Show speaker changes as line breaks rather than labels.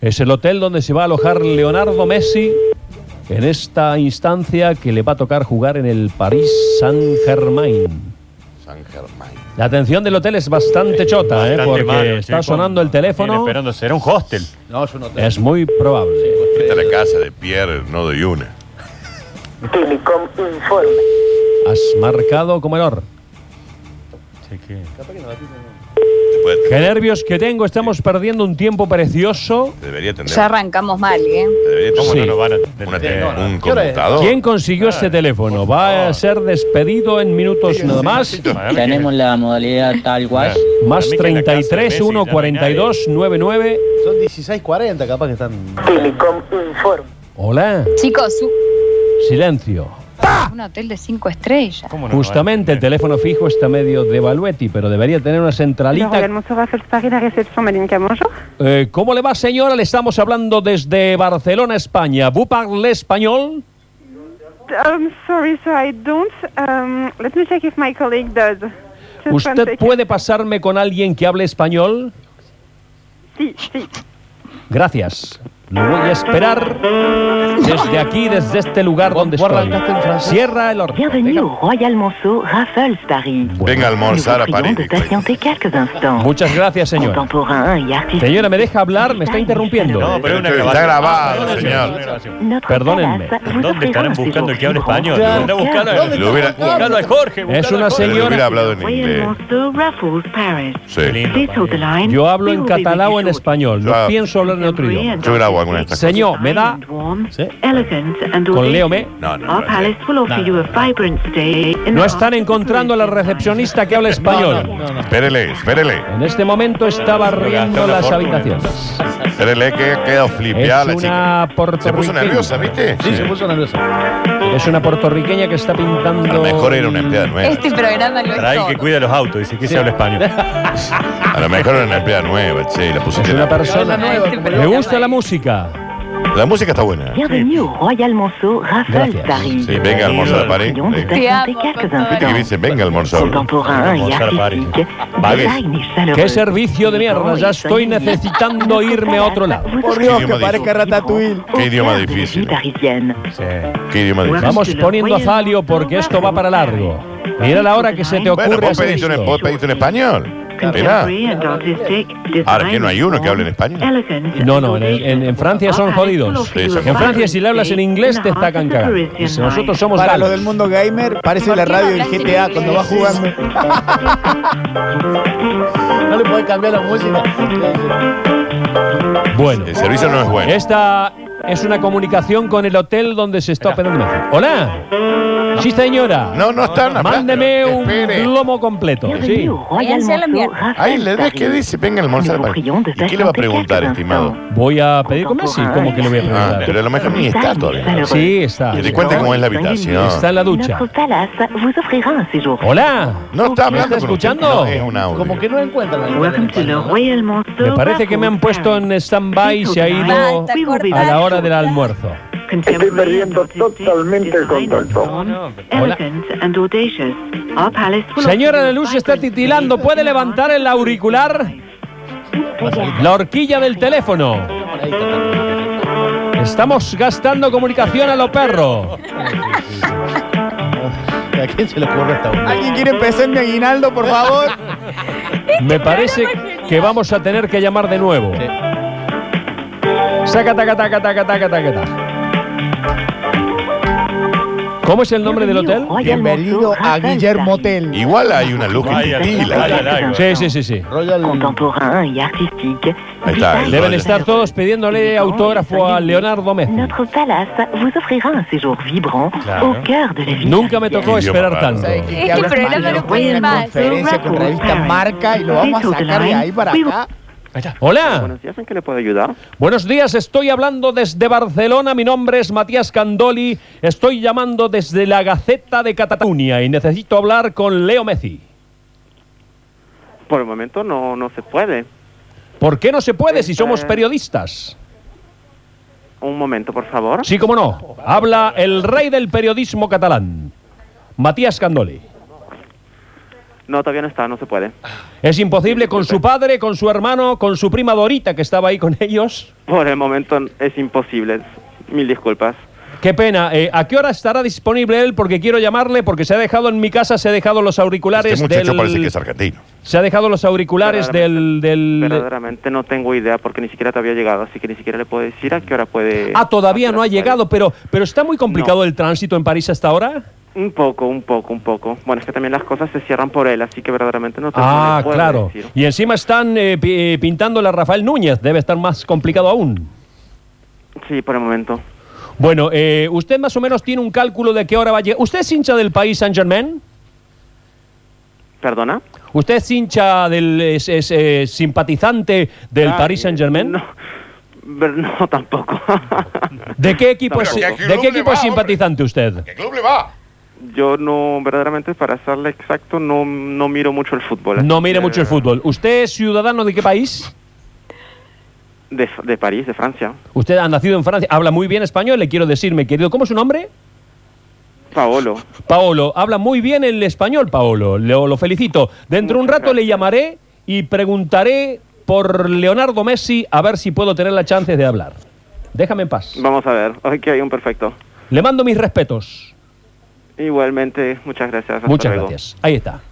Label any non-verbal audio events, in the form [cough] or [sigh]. Es el hotel donde se va a alojar Leonardo Messi en esta instancia que le va a tocar jugar en el París Saint-Germain.
San Germán.
La atención del hotel es bastante chota,
Bastante
¿eh? porque
malo,
está
chico.
sonando el
Viene
teléfono.
esperando, será un hostel.
No, es un hotel.
Es muy probable.
Esta es la casa de Pierre, no de Yuna.
Telecom informe.
Has marcado como el or.
Che, qué-
Después
Qué nervios que tengo, estamos perdiendo un tiempo precioso.
te debería tener,
Ya arrancamos mal, ¿eh?
te debería
¿Cómo
tener
no nos van a
una
tener-
tele-
no, no.
un
¿Qué hora es?
computador.
¿Quién consiguió este teléfono? Va a ser despedido en minutos nada más.
Madame,
Tenemos
que-
la modalidad tal guay.
Claro.
Más
Para mí que en la casa de
33
Messi
1
ya no hay nadie.
42 99.
Son 16.40, capaz que están.
Telecom informe.
Hola,
Chicos, su-
silencio.
un hotel de cinco estrellas.
¿Cómo no nos van a
eh,
Justamente el
tener?
teléfono fijo está medio de balueti, pero debería tener una centralita. Eh, ¿Cómo le va, señora? Le estamos hablando desde Barcelona, España. ¿Vous parlez español?
I'm sorry, sir, I don't. Um, let me check if my colleague does. Just one
¿Usted
second.
puede pasarme con alguien que hable español?
Sí, sí.
Gracias. Lo voy a esperar desde aquí, desde este lugar donde
¿Vos
estoy.
arrancaste en francés?
Cierra el horno.
Bienvenue au Royal Monceau Raffles Paris.
Venga a almorzar a
Nous vous prions
París.
de
Nicolás.
patienter quelques instants.
Muchas gracias, señora.
Contemporain y artiste.
Señora, ¿me deja hablar? Me está interrumpiendo.
No, pero es una
Está
grabación.
grabado,
Ah, es una
señor.
grabación.
Notre
Perdónenme.
palace vous
¿Dónde estarán
offrira un
buscando el que
séjour
habla
grand.
español? Anda buscando a-
Lo hubiera,
Buscando al Jorge.
Es
buscando
una
al Jorge.
le
señora-
hubiera hablado en
Royal
inglés.
Monceau Raffles Paris.
Sí.
Please hold the line.
Yo hablo en
We will be
catalán o
with
en
you shortly.
español. No
Ah.
pienso hablar en otro idioma.
Yo grabo alguna de estas cosas.
Señor, me da
Sí. Elegant and
con Leo Me.
No, no,
Our palace
no.
will offer you a vibrant stay in
No
the
están
hospitality
encontrando a la recepcionista que habla español.
Espérele, espérele.
En este momento está barriendo
una
las
fortuna.
habitaciones.
Espérele que queda flipeada
Es
la chica.
una
Se puso nerviosa,
puertorriqueña.
¿viste?
Sí, se puso nerviosa.
Es una puertorriqueña que está
A lo
pintando.
mejor
[laughs]
era una empleada nueva.
Este programa lo
Trae
es
el que
todo.
cuida los autos, dice que se habla español.
A lo mejor era una empleada nueva, che, la
Es
pusiste.
una
La,
persona.
Este
Me
programa
gusta la
es-
música.
la música está buena.
Bienvenue au Royal Monceau Raffles
Gracias.
Paris.
Sí, venga a almorzar a París.
Prions de
Viste
patienter
Te amo,
quelques
Pastor.
instants.
que dice, venga a almorzar.
Contemporain
Vamos
y
a almorzar a
artistique.
Paris.
Design y chaleureux.
Qué servicio de mierda. Ya estoy necesitando irme a otro lado.
Por
Dios,
Dios,
que
que
idioma parezca
parezca
difícil.
ratatouille.
Qué idioma
Au cœur de la vie
difícil. ¿eh?
parisienne.
Qué idioma difícil.
Vamos poniendo a Zalio porque esto va para largo. Mira la hora que se te
Bueno,
ocurre
vos
hacer
pues pediste un,
esto.
vos pediste un español. Mirá.
Contemporary and artistic design
Ahora, ¿qué, no hay uno que hable en español?
Elegant
No, no, en, en- en Francia son jodidos.
Sí, son
En Francia si le hablas en inglés te sacan cagando. Y
¿eh?
si nosotros somos
Para
galos.
los del mundo gamer, parece la radio del GTA cuando va jugando. no le podés cambiar la música.
Bueno,
El servicio no es bueno.
esta es una comunicación con el hotel donde se está operando. Hola. Sí, señora.
No, no están hablando.
Mándeme un
Espere.
lomo completo. Sí.
Bienvenue au Royal
Váyanse a la
Monceau
mierda.
Ahí
Raffles
le ves que
Paris.
dice, venga a almorzar a París. ¿Y qué le va a preguntar, estimado?
Voy a pedir con Messi. ¿Cómo que le voy a
Ah,
preguntar?
pero a lo mejor ni está todavía.
Sí, está.
Que te cuente cómo es la habitación.
Está en la ducha.
Notre palace vous offrira un séjour.
Hola.
No está
¿Me está
hablando. con usted.
escuchando?
No, es un audio.
Como que no encuentran la
Welcome to the Royal Monceau
Me parece que me han puesto en stand-by y se ha ido
Basta, corta.
a la hora del almuerzo.
Estoy perdiendo totalmente el contacto.
Señora de Luz está titilando. ¿Puede levantar el auricular? La horquilla del teléfono. Estamos gastando comunicación a lo perro.
¿A quién se le ocurre esta onda? ¿Alguien quiere empezar en mi aguinaldo, por favor?
Me parece que vamos a tener que llamar de nuevo. Saca, taca, taca, taca, taca, taca, taca. ¿Cómo es el nombre del hotel?
Bienvenido a Guillermo Hotel.
Igual hay una luz que
Vaya,
te titila.
vaya, vaya.
Sí, sí, sí, sí.
Royal
Contemporain y artistique.
Ahí está, el
Deben estar todos pidiéndole autógrafo a Leonardo Messi.
Notre palace vous offrira un séjour vibrant
Claro.
au cœur de la vie.
Nunca me tocó
Qué idioma
esperar
raro.
tanto.
¿Sabes qué?
Este
habla
programa
español,
no puede
una
más. ¿eh?
conferencia con revista Marca y lo vamos a sacar de ahí para acá.
Hola.
días, ¿en qué le puedo ayudar?
Buenos días, estoy hablando desde Barcelona. Mi nombre es Matías Candoli. Estoy llamando desde la Gaceta de Cataluña y necesito hablar con Leo Messi.
Por el momento no, no se puede.
¿Por qué no se puede si somos
Eh,
periodistas?
Un momento, por favor.
Sí, cómo no. Habla el rey del periodismo catalán, Matías Candoli.
No, todavía no está, no se puede.
Es imposible con su padre, con su hermano, con su prima Dorita que estaba ahí con ellos.
Por el momento es imposible. Mil disculpas.
Qué pena. Eh, ¿A qué hora estará disponible él? Porque quiero llamarle porque se ha dejado en mi casa, se ha dejado los auriculares
Este muchacho
del...
parece que es argentino.
Se ha dejado los auriculares del... del...
Verdaderamente no tengo idea porque ni siquiera te había llegado, así que ni siquiera le puedo decir a qué hora puede...
Ah,
a
todavía
qué
no ha
hora puede.
llegado, pero, pero está muy complicado
No.
el tránsito en París hasta ahora.
Un poco, un poco, un poco. Bueno, es que también las cosas se cierran por él, así que verdaderamente no te
Ah,
no puedo
claro.
decir.
Y encima están eh, pi- eh, pintando la Rafael Núñez. Debe estar más complicado aún.
Sí, por el momento.
Bueno, eh, usted más o menos tiene un cálculo de qué hora va a llegar. ¿Usted es hincha del país Saint Germain?
¿Perdona?
¿Usted es hincha del es- es, eh, simpatizante del
Ah,
Paris Saint Germain?
No, ver- no [laughs] tampoco.
¿De qué equipo, es,
Pero
¿a qué
¿de
club
qué
le
equipo
va,
es simpatizante usted?
¿Qué club le va?
Yo no, verdaderamente, para serle exacto, no, no miro mucho el fútbol.
No
así
mire
que-
mucho el fútbol. ¿Usted es ciudadano de qué país?
De, de París, de Francia.
Usted ha nacido en Francia, habla muy bien español, le quiero decir, mi querido. ¿Cómo es su nombre?
Paolo.
Paolo, habla muy bien el español, Paolo. Lo, lo felicito. Dentro de un
Muchas
rato le
gracias.
llamaré y preguntaré por Leonardo Messi a ver si puedo tener la chance de hablar. Déjame en paz.
Vamos a ver. Aquí hay un perfecto.
Le mando mis respetos.
Igualmente, muchas gracias. hasta
Muchas
luego.
gracias. Ahí está.